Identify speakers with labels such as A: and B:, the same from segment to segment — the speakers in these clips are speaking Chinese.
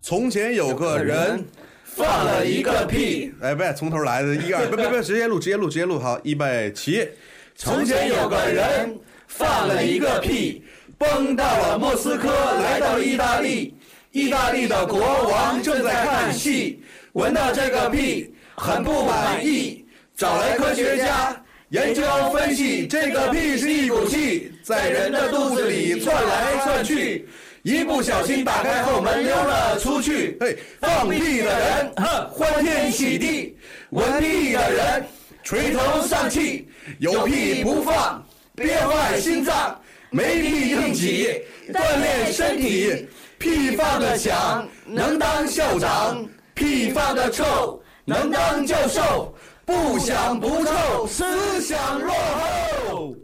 A: 从前有个人，
B: 放了一个屁。
A: 哎，别从头来的，一 二，别别别，直接录，直接录，直接录，好，预备起。
B: 从前有个人放了一个屁，蹦到了莫斯科，来到意大利。意大利的国王正在看戏，闻到这个屁很不满意，找来科学家研究分析，这个屁是一股气，在人的肚子里窜来窜去，一不小心打开后门溜了出去。
A: 嘿，
B: 放屁的人，哼，欢天喜地；闻屁的人，垂头丧气。有屁不放，憋坏心脏；没屁硬挤，锻炼身体。屁放的响，能当校长；屁放的臭，能当教授。不想不臭，思想落后。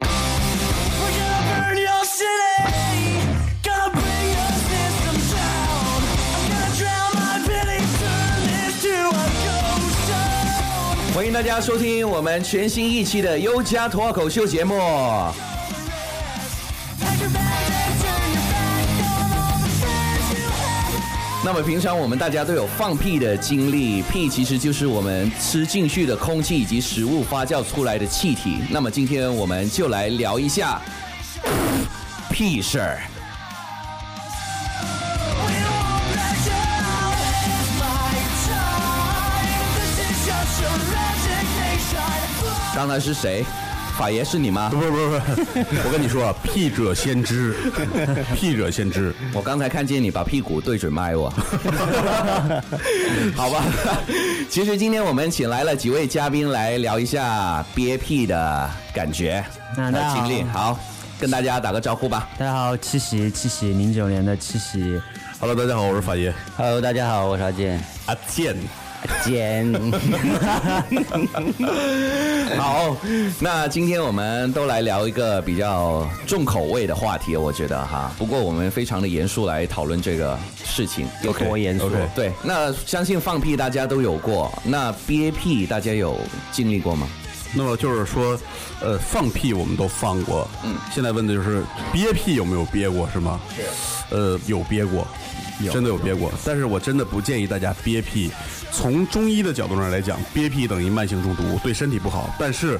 C: We're gonna burn your city. Gonna bring your system down. I'm gonna drown my pity. Turn this to a ghost town.
D: 欢迎大家收听我们全新一期的优家脱口秀节目。
C: Pack your bags and turn your back on all the fans you have.
D: 那么平常我们大家都有放屁的经历，屁其实就是我们吃进去的空气以及食物发酵出来的气体。那么今天我们就来聊一下屁事儿。
C: We won't let you out. It's my time. This is just your resignation.
D: 刚才是谁？法爷是你吗？
E: 不不不， 我跟你说啊，屁者先知， 屁者先知。
D: 我刚才看见你把屁股对准麦我， 好吧。其实今天我们请来了几位嘉宾来聊一下憋屁的感觉、
F: 那大家
D: 和
F: 好
D: 经历。好，跟大家打个招呼吧。
F: 大家好，七喜，七喜，零九年的七喜。
E: Hello，大家好，我是法爷
F: Hello，大家好，我是阿健。
E: 阿健。
F: 健，
D: 好，那今天我们都来聊一个比较重口味的话题，我觉得哈。不过我们非常的严肃来讨论这个事情，有
F: 多严肃
E: OK
D: 对，那相信放屁大家都有过，那憋屁大家有经历过吗？
E: 那么就是说，呃，放屁我们都放过，嗯，现在问的就是憋屁有没有憋过是吗？是。呃，有憋过，真的有憋过，但是我真的不建议大家憋屁。从中医的角度上来讲，憋屁等于慢性中毒，对身体不好。但是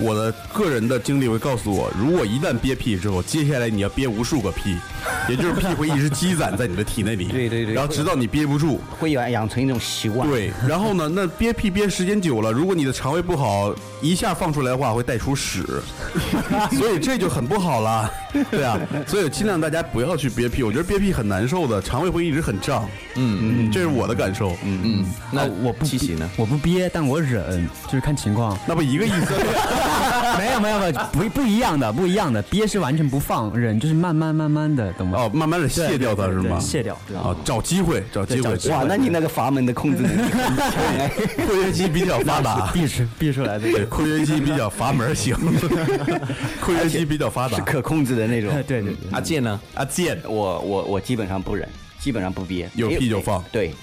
E: 我的个人的经历会告诉我，如果一旦憋屁之后，接下来你要憋无数个屁，也就是屁会一直积攒在你的体内里，对对对，然后直到你憋不住，
G: 会养养成一种习惯。
E: 对，然后呢，那憋屁憋时间久了，如果你的肠胃不好，一下放出来的话会带出屎，所以这就很不好了。对啊，所以尽量大家不要去憋屁，我觉得憋屁很难受的，肠胃会一直很胀。嗯嗯，这是我的感受。嗯嗯，。
D: 那
G: 啊
F: 我不
D: 七喜呢？
F: 我不憋，但我忍，就是看情况
E: 那不一个意思。
F: 没有没有没有，不不一样的，不一样的。憋是完全不放，忍就是慢慢慢慢的，懂吗？
E: 哦，慢慢的
F: 对，
E: 卸掉它
F: 对
E: 是吗
F: 对？卸掉，对
E: 啊，找机会，找机
F: 对
E: 会
F: 找。机，
G: 哇，那你那个阀门的控制 能力很强哎。
E: 括约肌比较发达
F: 逼出逼出 来的。
E: 对，括约肌比较阀门型，括约肌比较发达
G: 是。可控制的 那种。
F: 对对对，
D: 阿健呢？
E: 啊，贱。
G: 我我我基本上不忍，基本上不憋，
E: 有屁就放
G: 哎对，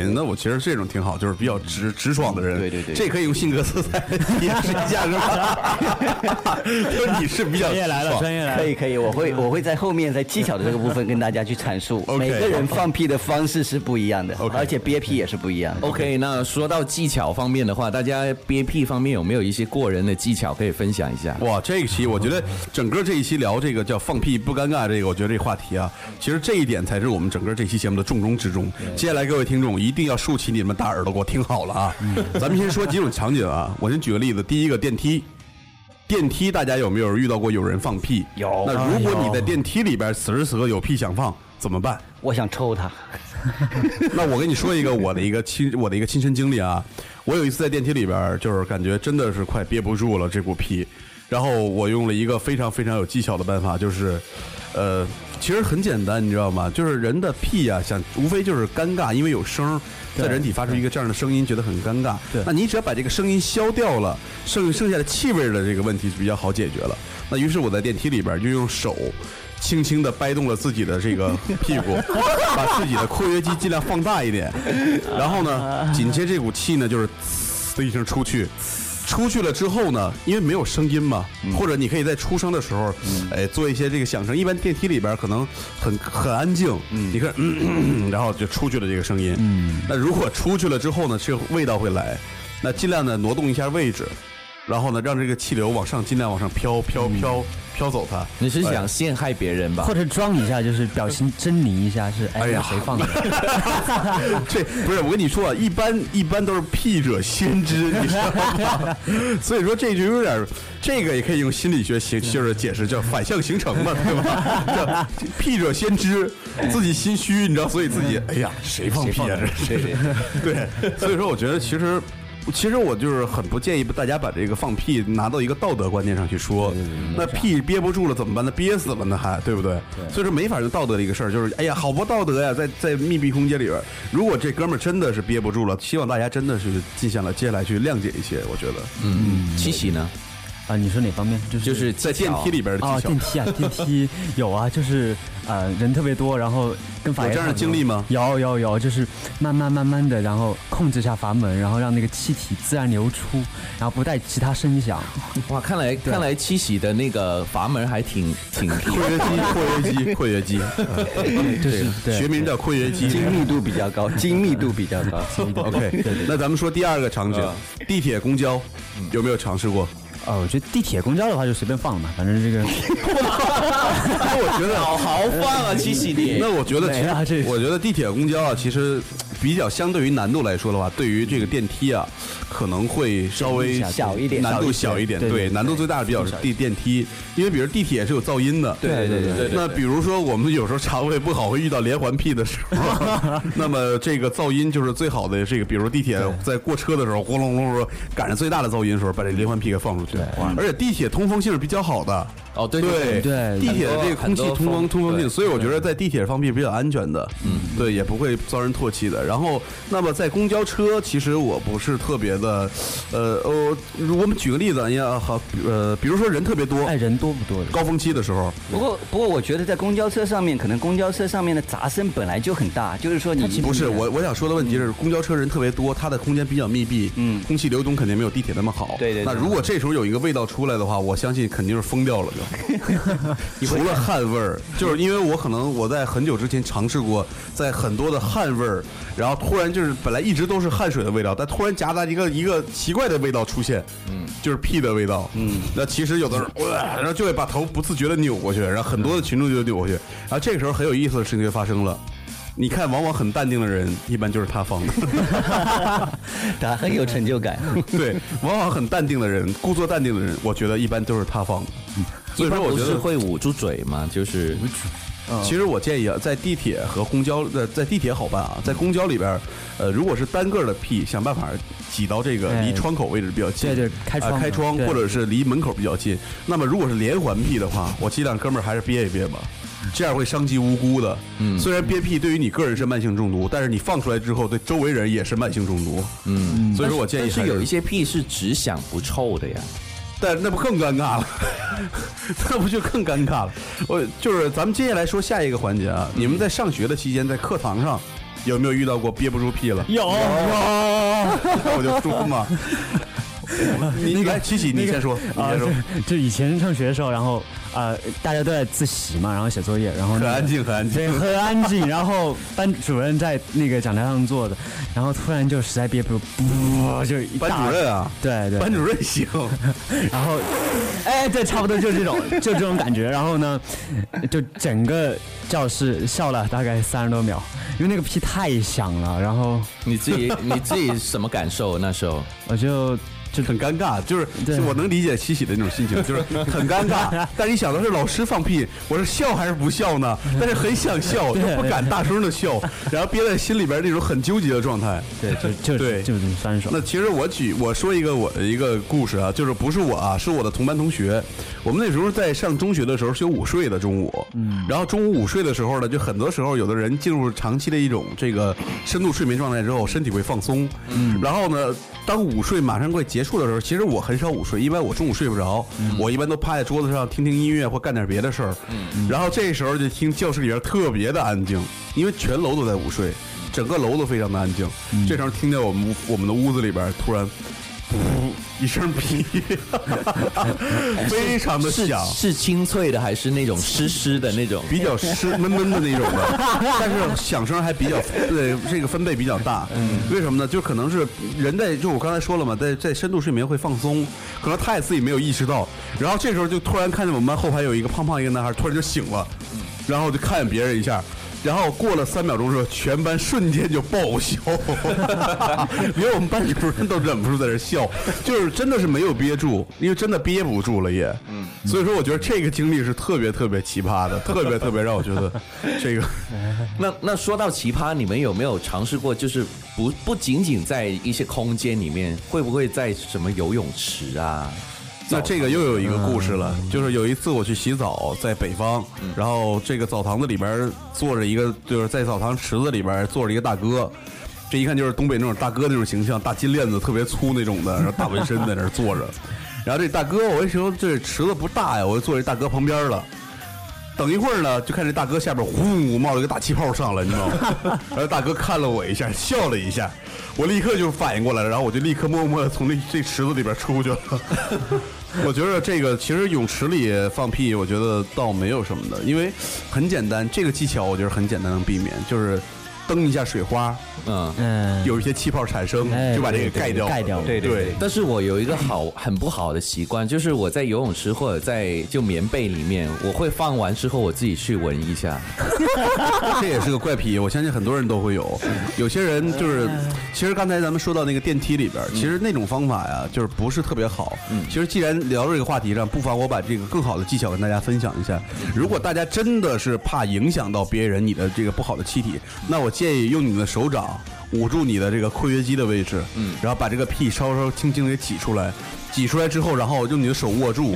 E: 对，那我其实这种挺好，就是比较直直爽的人。
G: 对对对
E: 这可以用性格色彩来 解释一下，是 吧？就是你是比较
F: 专业来了，专业来
G: 可
F: 了。
G: 以可以，我会我会在后面在技巧的这个部分跟大家去 阐述。
E: OK
G: 每个人放屁的方式是不一样的，而且憋屁也是不一样的。
D: OK，那说到技巧方面的话，大家憋屁方面有没有一些过人的技巧可以分享一下？
E: 哇，这一期我觉得整个这一期聊这个叫放屁不尴尬这个，我觉得这话题啊，其实这一点才是我们整个这期节目的重中之重。接下来各位听众一定要竖起你们大耳朵，给我听好了啊！咱们先说几种场景啊，我先举个例子，第一个电梯。电梯，大家有没有遇到过有人放屁？有。那如
G: 哎
E: 果你在电梯里边此时此刻有屁想放，怎么办？
G: 我想抽他，
E: 那我跟你说一个我的一个亲我的一个亲身经历啊，我有一次在电梯里边儿，就是感觉真的是快憋不住了这股屁，然后我用了一个非常非常有技巧的办法，就是，呃，其实很简单，你知道吗？就是人的屁啊，想无非就是尴尬，因为有声儿在人体发出一个这样的声音，觉得很尴尬。
F: 对
E: 那你只要把这个声音消掉了，剩剩下的气味儿的这个问题就比较好解决了。那于是我在电梯里边儿就用手。轻轻地掰动了自己的这个屁股，把自己的括约肌尽量放大一点，然后呢，紧接这股气呢就是呲的一声出去，出去了之后呢，因为没有声音嘛，或者你可以在出声的时候，哎，做一些这个响声。一般电梯里边可能很很安静，你看，嗯咳 咳然后就出去了这个声音。那如果出去了之后呢，这个味道会来，那尽量的挪动一下位置，然后呢，让这个气流往上，尽量往上飘飘飘飘走它。
D: 你是
E: 哎
D: 想陷害别人吧
F: 或？者装一下，就是表情狰狞一下，是哎
E: 哎呀
F: 呀谁放 的？
E: 这不是我跟你说啊，一般一般都是屁者先知，你知道吗？ 所以说这就有点儿，这个也可以用心理学形就是解释，叫反向形成嘛，对吧？叫屁者先知，自己心虚，你知道，所以自己哎呀，谁放 屁啊？这是 对，所以说我觉得其实。其实我就是很不建议大家把这个放屁拿到一个道德观念上去说，那屁憋不住了怎么办？那憋死了呢还对不对？所以说没法用道德的一个事儿，就是哎呀好不道德呀，在在密闭空间里边儿，如果这哥们儿真的是憋不住了，希望大家真的是尽向了接下来去谅解一些，我觉得
D: 嗯，七喜呢？
F: 啊，你说哪方面？就是
D: 就是
E: 在电梯里边的
F: 啊，
E: 技巧
F: 电。梯啊，电 梯有啊，就是呃人特别多，然后跟法
E: 有
F: 爷
E: 这样的
F: 差不多
E: 经历吗
F: 有有有，就是慢慢慢慢的，然后控制一下阀门，然后让那个气体自然流出，然后不带其他声响。
D: 哇，看来看来七喜的那个阀门还挺挺
E: 括约肌，括约肌，括约肌，
F: 就是 对
E: 学名叫括约肌。
G: 精密度比较高， 精密度比较高。
E: OK，那咱们说第二个场景，地铁、公交，有没有尝试过？
F: 哦，我觉得地铁、公交的话就随便放嘛，反正这 个
E: 那我觉得
D: 好豪放啊，七喜你。
E: 那我觉得其
F: 美啊这
E: 实，我觉得地铁、公交啊，其实比较相对于难度来说的话，对于这个电梯啊，可能会稍微
G: 小一点
E: 难度
G: 小
E: 小
G: 一
E: 一点。
F: 对
E: 对，难度最大的比较是地电梯，因为比如地铁是有噪音的。对对对对。那比如说我们有时候肠胃不好会遇到连环屁的时候，那么这个噪音就是最好的这个，比如地铁在过车的时候，轰隆隆说赶上最大的噪音的时候，把这连环屁给放出去。而且地铁通风性是比较好的。
D: 哦，对
E: 对
F: 对
E: 地铁的这个空
D: 很
E: 气通风
D: 多很多风
E: 通风性，
D: 对
E: 所以我觉得在地铁方面比较安全的，嗯，对，也不会遭人唾弃的。然后，那么在公交车，其实我不是特别的，呃，哦，如我们举个例子，哎呀，好，呃，比如说人特别多
F: 哎，人多不多？
E: 高峰期的时候，
G: 不过，不过我觉得在公交车上面，可能公交车上面的杂声本来就很大，就是说你
E: 不是我我想说的问题是，公交车人特别多，它的空间比较密闭，嗯，空气流通肯定没有地铁那么好。
G: 对对对
E: 那如果这时候有一个味道出来的话，我相信肯定是疯掉了就。除了汗味儿，就是因为我可能我在很久之前尝试过，在很多的汗味儿，然后突然就是本来一直都是汗水的味道，但突然夹杂一个一个奇怪的味道出现，嗯，就是屁的味道，嗯，那其实有的时候，哇然后就会把头不自觉的扭过去，然后很多的群众就扭过去，然后这个时候很有意思的事情就发生了。你看，往往很淡定的人，一般就是他 放的。
G: 他很有成就感。
E: 对，往往很淡定的人，故作淡定的人，我觉得一般都是他放的。 所以说，我
D: 不
E: 觉
D: 是
E: 得，
D: 会捂住嘴吗？就是
E: 其实我建议啊，在地铁和公交，呃，在地铁好办啊，在公交里边儿，呃，如果是单个儿的屁，想办法挤到这个
F: 哎
E: 离窗口位置比较近，
F: 对对开窗
E: 呃
F: 嘛
E: 开窗，
F: 对
E: 或者是离门口比较近。那么如果是连环屁的话，我尽量哥们儿还是憋一憋吧。这样会伤及无辜的。嗯，虽然憋屁对于你个人是慢性中毒，但是你放出来之后，对周围人也是慢性中毒。嗯，所以说我建议
D: 但
E: 还嗯
D: 是有一些屁是只响不臭的呀。
E: 但那不更尴尬了， 那不就更尴尬了？我就是咱们接下来说下一个环节啊，
F: 嗯
E: 你们在上学的期间，在课堂上有没有遇到过憋不住屁了？
F: 有
E: 我就说 嘛，你你来七喜，你先说，你
F: 啊
E: 先说，，
F: 就就以前上学的时候，然后呃大家都在自习嘛，然后写作业，然后那
E: 很
F: 个
E: 安静，很安
F: 对，
E: 静。
F: 很安静。然后班主任在那个讲台上坐着，然后突然就实在憋不住，噗，就一大
E: 嗯班主任啊，
F: 对对，
E: 班主任行，
F: 然后，哎，对，差不多就这种， 就这种感觉。然后呢，就整个教室笑了大概三十多秒，因为那个屁太响了。然后
D: 你自己你自己什么感受？那时候
F: 我就就
E: 很尴尬，就是
F: 对
E: 我能理解七喜的那种心情，就是很尴 尬。但是一想到是老师放屁，我是笑还是不笑呢？但是很想笑，又不敢大声的笑，然后憋在心里边那种很纠结的状态。
F: 对，就就
E: 对
F: 就这么三手
E: 那。其实我举我说一个我的一个故事啊，就是不是我啊，是我的同班同学。我们那时候在上中学的时候是有午睡的，中午。嗯。然后中午午睡的时候呢，就很多时候有的人进入长期的一种这个深度睡眠状态之后，身体会放松。嗯。然后呢，当午睡马上快结束的时候，其实我很少午睡，一般我中午睡不着，我一般都趴在桌子上听听音乐或干点别的事儿。嗯。然后这时候就听教室里边特别的安静，因为全楼都在午睡。整个楼都非常的安静。这时候听见我们屋我们的屋子里边突然噗一声屁，非常的
D: 是
E: 响，
D: 是清脆的还是那种湿湿的那种？
E: 比较湿闷闷的那种的，但是响声还比较，对这个分贝比较大。为什么呢？就可能是人在，就我刚才说了嘛，在在深度睡眠会放松，可能他也自己没有意识到，然后这时候就突然看见我们班后排有一个胖胖一个男孩突然就醒了，然后就看别人一下。然后过了三秒钟之后，全班瞬间就爆笑，连我们班主任都忍不住在这笑，就是真的是没有憋住，因为真的憋不住了也。嗯，所以说我觉得这个经历是特别特别奇葩的，特别特别让我觉得这个
D: 那那说到奇葩，你们有没有尝试过？就是不不仅仅在一些空间里面，会不会在什么游泳池啊？
E: 那这个又有一个故事了，就是有一次我去洗澡，在北方，然后这个澡堂子里边坐着一个，就是在澡堂池子里边坐着一个大哥，这一看就是东北那种大哥那种形象，大金链子特别粗那种的，然后大纹身在那儿坐着， 然后这大哥，我一说这池子不大呀，我就坐这大哥旁边了。等一会儿呢，就看这大哥下边呼冒了一个大气泡上来，你知道吗？然后大哥看了我一下，笑了一下，我立刻就反应过来了，然后我就立刻默默的从那这池子里边出去了。我觉得这个其实泳池里放屁，我觉得倒没有什么的，因为很简单，这个技巧我觉得很简单能避免，就是蹬一下水花，
D: 嗯。
F: 嗯，
E: 有一些气泡产生，
F: 哎
E: 就把这
F: 对
E: 个
F: 对
E: 盖掉了，
F: 盖掉了
E: 对对。
D: 但是我有一个好很不好的习惯，就是我在游泳池或者在就棉被里面，我会放完之后我自己去闻一下。
E: 这也是个怪癖，我相信很多人都会有。有些人就是，其实刚才咱们说到那个电梯里边儿，其实那种方法呀，就是不是特别好。其实既然聊到这个话题上，不妨我把这个更好的技巧跟大家分享一下。如果大家真的是怕影响到别人你的这个不好的气体，那我建议用你的手掌捂住你的这个括约肌的位置，嗯，然后把这个屁稍稍轻轻的挤出来，挤出来之后，然后用你的手握住，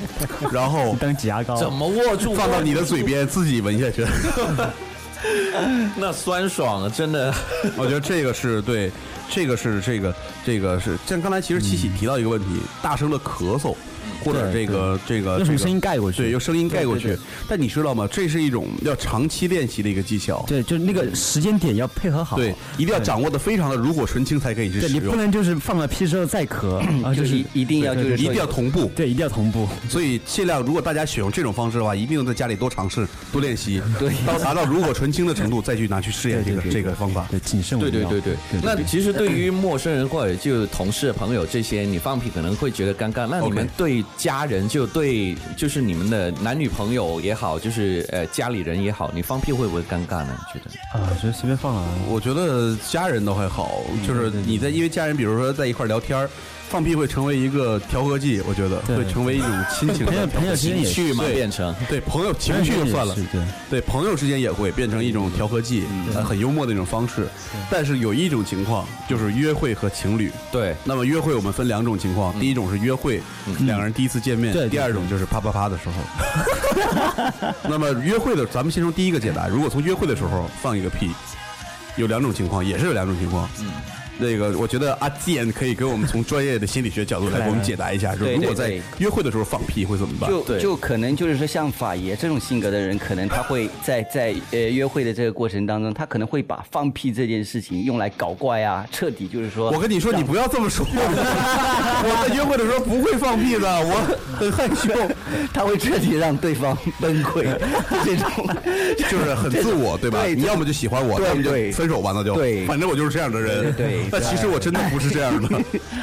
E: 然后
F: 当挤牙膏，
D: 怎么握住？
E: 放到你的嘴边自己闻下去。
D: 那酸爽真的，
E: 我觉得这个是对，这个是这个这个是像刚才其实七
F: 嗯
E: 喜提到一个问题，大声的咳嗽或者这个这个
F: 用什
E: 这个
F: 么声音盖过去？
E: 对，用声音盖过
F: 对
E: 去
F: 对。
E: 但你知道吗？这是一种要长期练习的一个技巧，
F: 对，就是那个时间点要配合好。
E: 对，一定要掌握的非常的炉火纯青才可以去
F: 对
E: 使
F: 你不
E: 用，
F: 能就是放了屁之后再咳，啊，
G: 就
F: 就是是
G: 一一定要就是
E: 一定
G: 说
E: 要同步。
F: 对，一定要同步。
E: 所以尽量，如果大家选用这种方式的话，一定在家里多尝试、多练习，对，到达到炉火纯青的程度，再去拿去试验这个这个方法。
F: 对，谨慎为
D: 对
F: 妙。
D: 对对对。 那其实对于陌生人或者就同事、朋友这些，你放屁可能会觉得尴尬。那你们
E: OK
D: 对家人就对就是你们的男女朋友也好，就是呃家里人也好，你放屁会不会尴尬呢？你觉得？
F: 啊，觉得随便放了啊。
E: 我觉得家人都还好，
F: 嗯
E: 就是你在因为家人，比如说在一块儿聊天儿放屁会成为一个调和剂，我觉得
F: 对
E: 会成为一种亲情的
F: 朋友
E: 调
F: 朋友
E: 和
F: 之
E: 剂。
F: 间也是
D: 去嘛，
E: 对
D: 变成
E: 对朋友情绪就算了
F: 也是，对，嗯
E: 对朋友之间也会变成一种调和剂，呃很幽默的一种方式。但是有一种情况就是约会和情侣。
D: 对。
E: 那么约会我们分两种情况，第一种是约会，两个人第一次见面；
F: 对对
E: 第二种就是啪啪啪的时候。 那么约会的，咱们先从第一个解答。如果从约会的时候放一个屁，有两种情况，也是有两种情况。嗯。那个，我觉得阿健可以给我们从专业的心理学角度来给我们解答一下，就
G: 对
E: 如果
G: 对
E: 在
G: 对
E: 约会的时候放屁会怎么办？
G: 就
D: 对
G: 就可能就是说，像法爷这种性格的人，可能他会在在呃约会的这个过程当中，他可能会把放屁这件事情用来搞怪啊，彻底就是说，
E: 我跟你说，你不要这么说。我在约会的时候不会放屁的，我很害羞，
G: 他会彻底让对方崩溃，这种
E: 就是很自我，对吧？
G: 对
E: 你要么就喜欢我，
G: 对
E: 要么就
G: 对
E: 分手吧，那就。
G: 对
E: 反正我就是这样的人。
G: 对对对
E: 但其实我真的不是这 样的。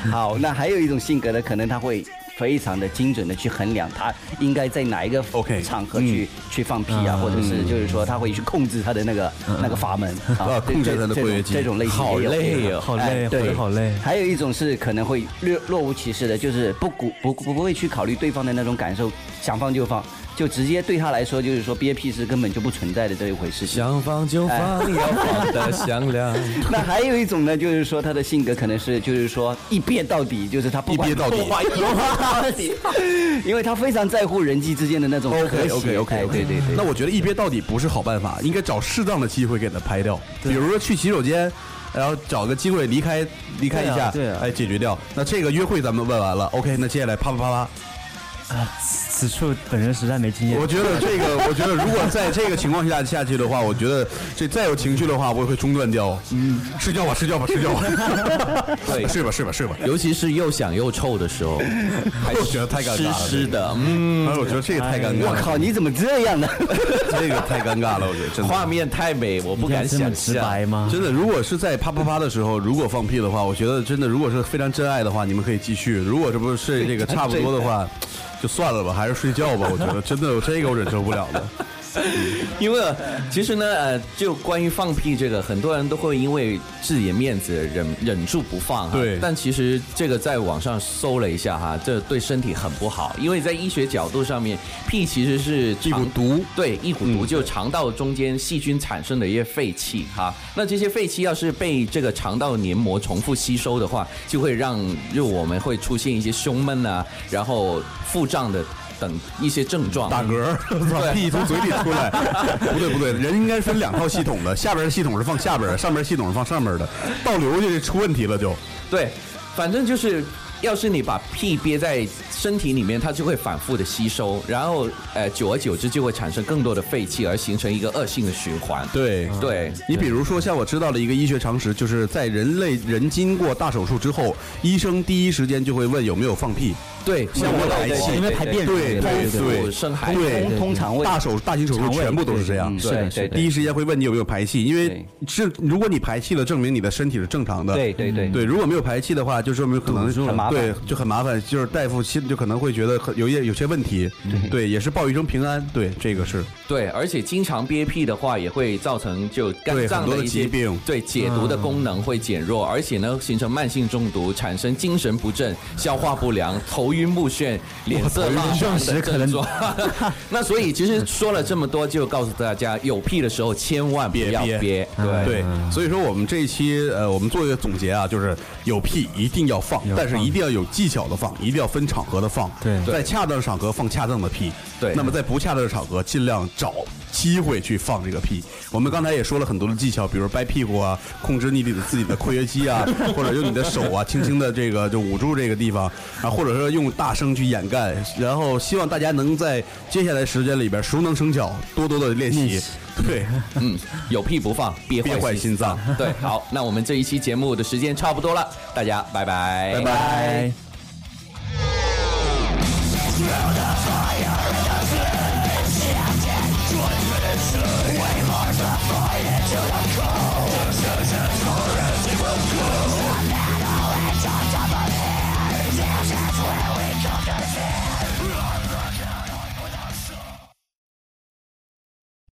G: 好，那还有一种性格呢，可能他会非常的精准的去衡量他应该在哪一个
E: OK，
G: 场合去去放屁啊，
F: 嗯
G: 或者是就是说他会去控制他的那个那个阀门
E: 啊
G: 这
E: 控制他的
G: 这
E: 括约
G: 这种
E: 肌
G: 这种类型
D: 好
G: 也有
D: 累哦
F: 好
G: 哎
F: 累，活
G: 对，
F: 得好累。
G: 还有一种是可能会略若无其事的，就是不顾不不不会去考虑对方的那种感受，想放就放，就直接对他来说就是说憋屁是根本就不存在的这一回事情。
D: 想放就放，要放的响亮。
G: 那还有一种呢，就是说他的性格可能是，就是说一憋到底，就是他不管
E: 一憋到底
G: 不 管一憋到底，因为他非常在乎人际之间的那种
E: OK
G: 和
E: OK
G: 谐
E: OK，
G: 哎对对对。
E: 那我觉得一憋到底不是好办法，应该找适当的机会给它拍掉，比如说去洗手间。然后找个机会离开，离开一下，
F: 对啊对啊
E: 哎，解决掉。那这个约会咱们问完了，OK，那接下来啪啪啪啪，
F: 此处本人实在没经验
E: 我。觉得这个，我觉得如果在这个情况下下去的话，我觉得这再有情绪的话，我也会中断掉。嗯，睡觉吧，睡觉吧，睡觉吧。
D: 对
E: 睡吧，睡吧，睡吧。
D: 尤其是又响又臭的 时候，还
E: 我觉得太尴尬
D: 湿
E: 了
D: 湿的，嗯，
E: 哎，我觉得这个太尴尬了。
G: 我靠，你怎么这样呢？
E: 这个太尴尬了，我觉得真的。
D: 画面太美，我不
F: 你看
D: 敢
F: 啊这么
D: 想
F: 直
D: 象。
F: 白吗？
E: 真的，如果是在啪啪啪的时候，如果放屁的话，我觉得真的，如果是非常真爱的话，你们可以继续；如果这不是这个差不多的话，就算了吧，还是睡觉 吧。我觉得真的，这个我忍受不了的。
D: 因为其实呢，呃，就关于放屁这个，很多人都会因为自己的面子忍忍住不放啊哈。
E: 对
D: 但其实这个在网上搜了一下哈，这对身体很不好，因为在医学角度上面，屁其实是一
E: 股毒，
D: 对，一股
E: 嗯
D: 毒就肠道中间细菌产生的一些废气哈。那这些废气要是被这个肠道黏膜重复吸收的话，就会让就我们会出现一些胸闷啊，然后腹胀的等一些症状。
E: 打嗝儿，把屁从嘴里出来。 不对不对，人应该分两套系统的，下边儿系统是放下边儿的，上边儿系统是放上边儿的。倒流就出问题了就，
D: 对，反正就是，要是你把屁憋在身体里面，它就会反复的吸收，然后呃，久而久之就会产生更多的废气，而形成一个恶性的循环。
E: 对
G: 啊
D: 对，
E: 你比如说，像我知道了一个医学常识，就是在人类人经过大手术之后，医生第一时间就会问有没有放屁，
D: 对，
E: 像我排气
F: 因为排便
E: 对
F: 出来了
E: 对对
D: 生孩子，
E: 对，
G: 通通肠胃
E: 大手大型手术
F: 肠胃
E: 全部都是这样
G: 嗯。
D: 对
G: 对
D: 是
G: 对
E: 第
G: 对
E: 一时间会问你有没有排气，因为
G: 对
E: 是如果你排气了，证明你的身体是正常的。
G: 对对对
E: 对，如果没有排气的话，就说明可能
G: 很麻烦
E: 对，就很麻烦，就是大夫心里就可能会觉得很有些有些问题，对，也是报一声平安，对，这个是
D: 对，而且经常憋屁的话，也会造成就肝
E: 对
D: 脏
E: 很多的
D: 一些
E: 疾病嗯
D: 对解毒的功能会减弱，而且呢，形成慢性中毒，产生精神不振、消化不良、头晕目眩、脸色蜡黄的症状。 那所以其实说了这么多，就告诉大家，有屁的时候千万不
E: 别
D: 要
E: 憋
D: 憋。
F: 嗯
D: 对
E: 对，所以说我们这一期呃，我们做一个总结啊，就是有屁一定要放，
F: 要
E: 但是
F: 放
E: 一定要有技巧的放，一定要分场合的放，
F: 对
E: 在恰当的场合放恰当的屁，
D: 对
E: 那么在不恰当的场合，尽量找机会去放这个屁。我们刚才也说了很多的技巧，比如掰屁股啊，控制你的自己的括约肌啊，或者用你的手啊，轻轻的这个就捂住这个地方啊，或者说用大声去掩盖。然后希望大家能在接下来时间里边熟能生巧，多多的练习。对，
D: 嗯，有屁不放，憋
E: 憋坏
D: 坏
E: 心脏。
D: 对，好，那我们这一期节目的时间差不多了，大家拜拜，拜拜。
F: 哎。
C: Fire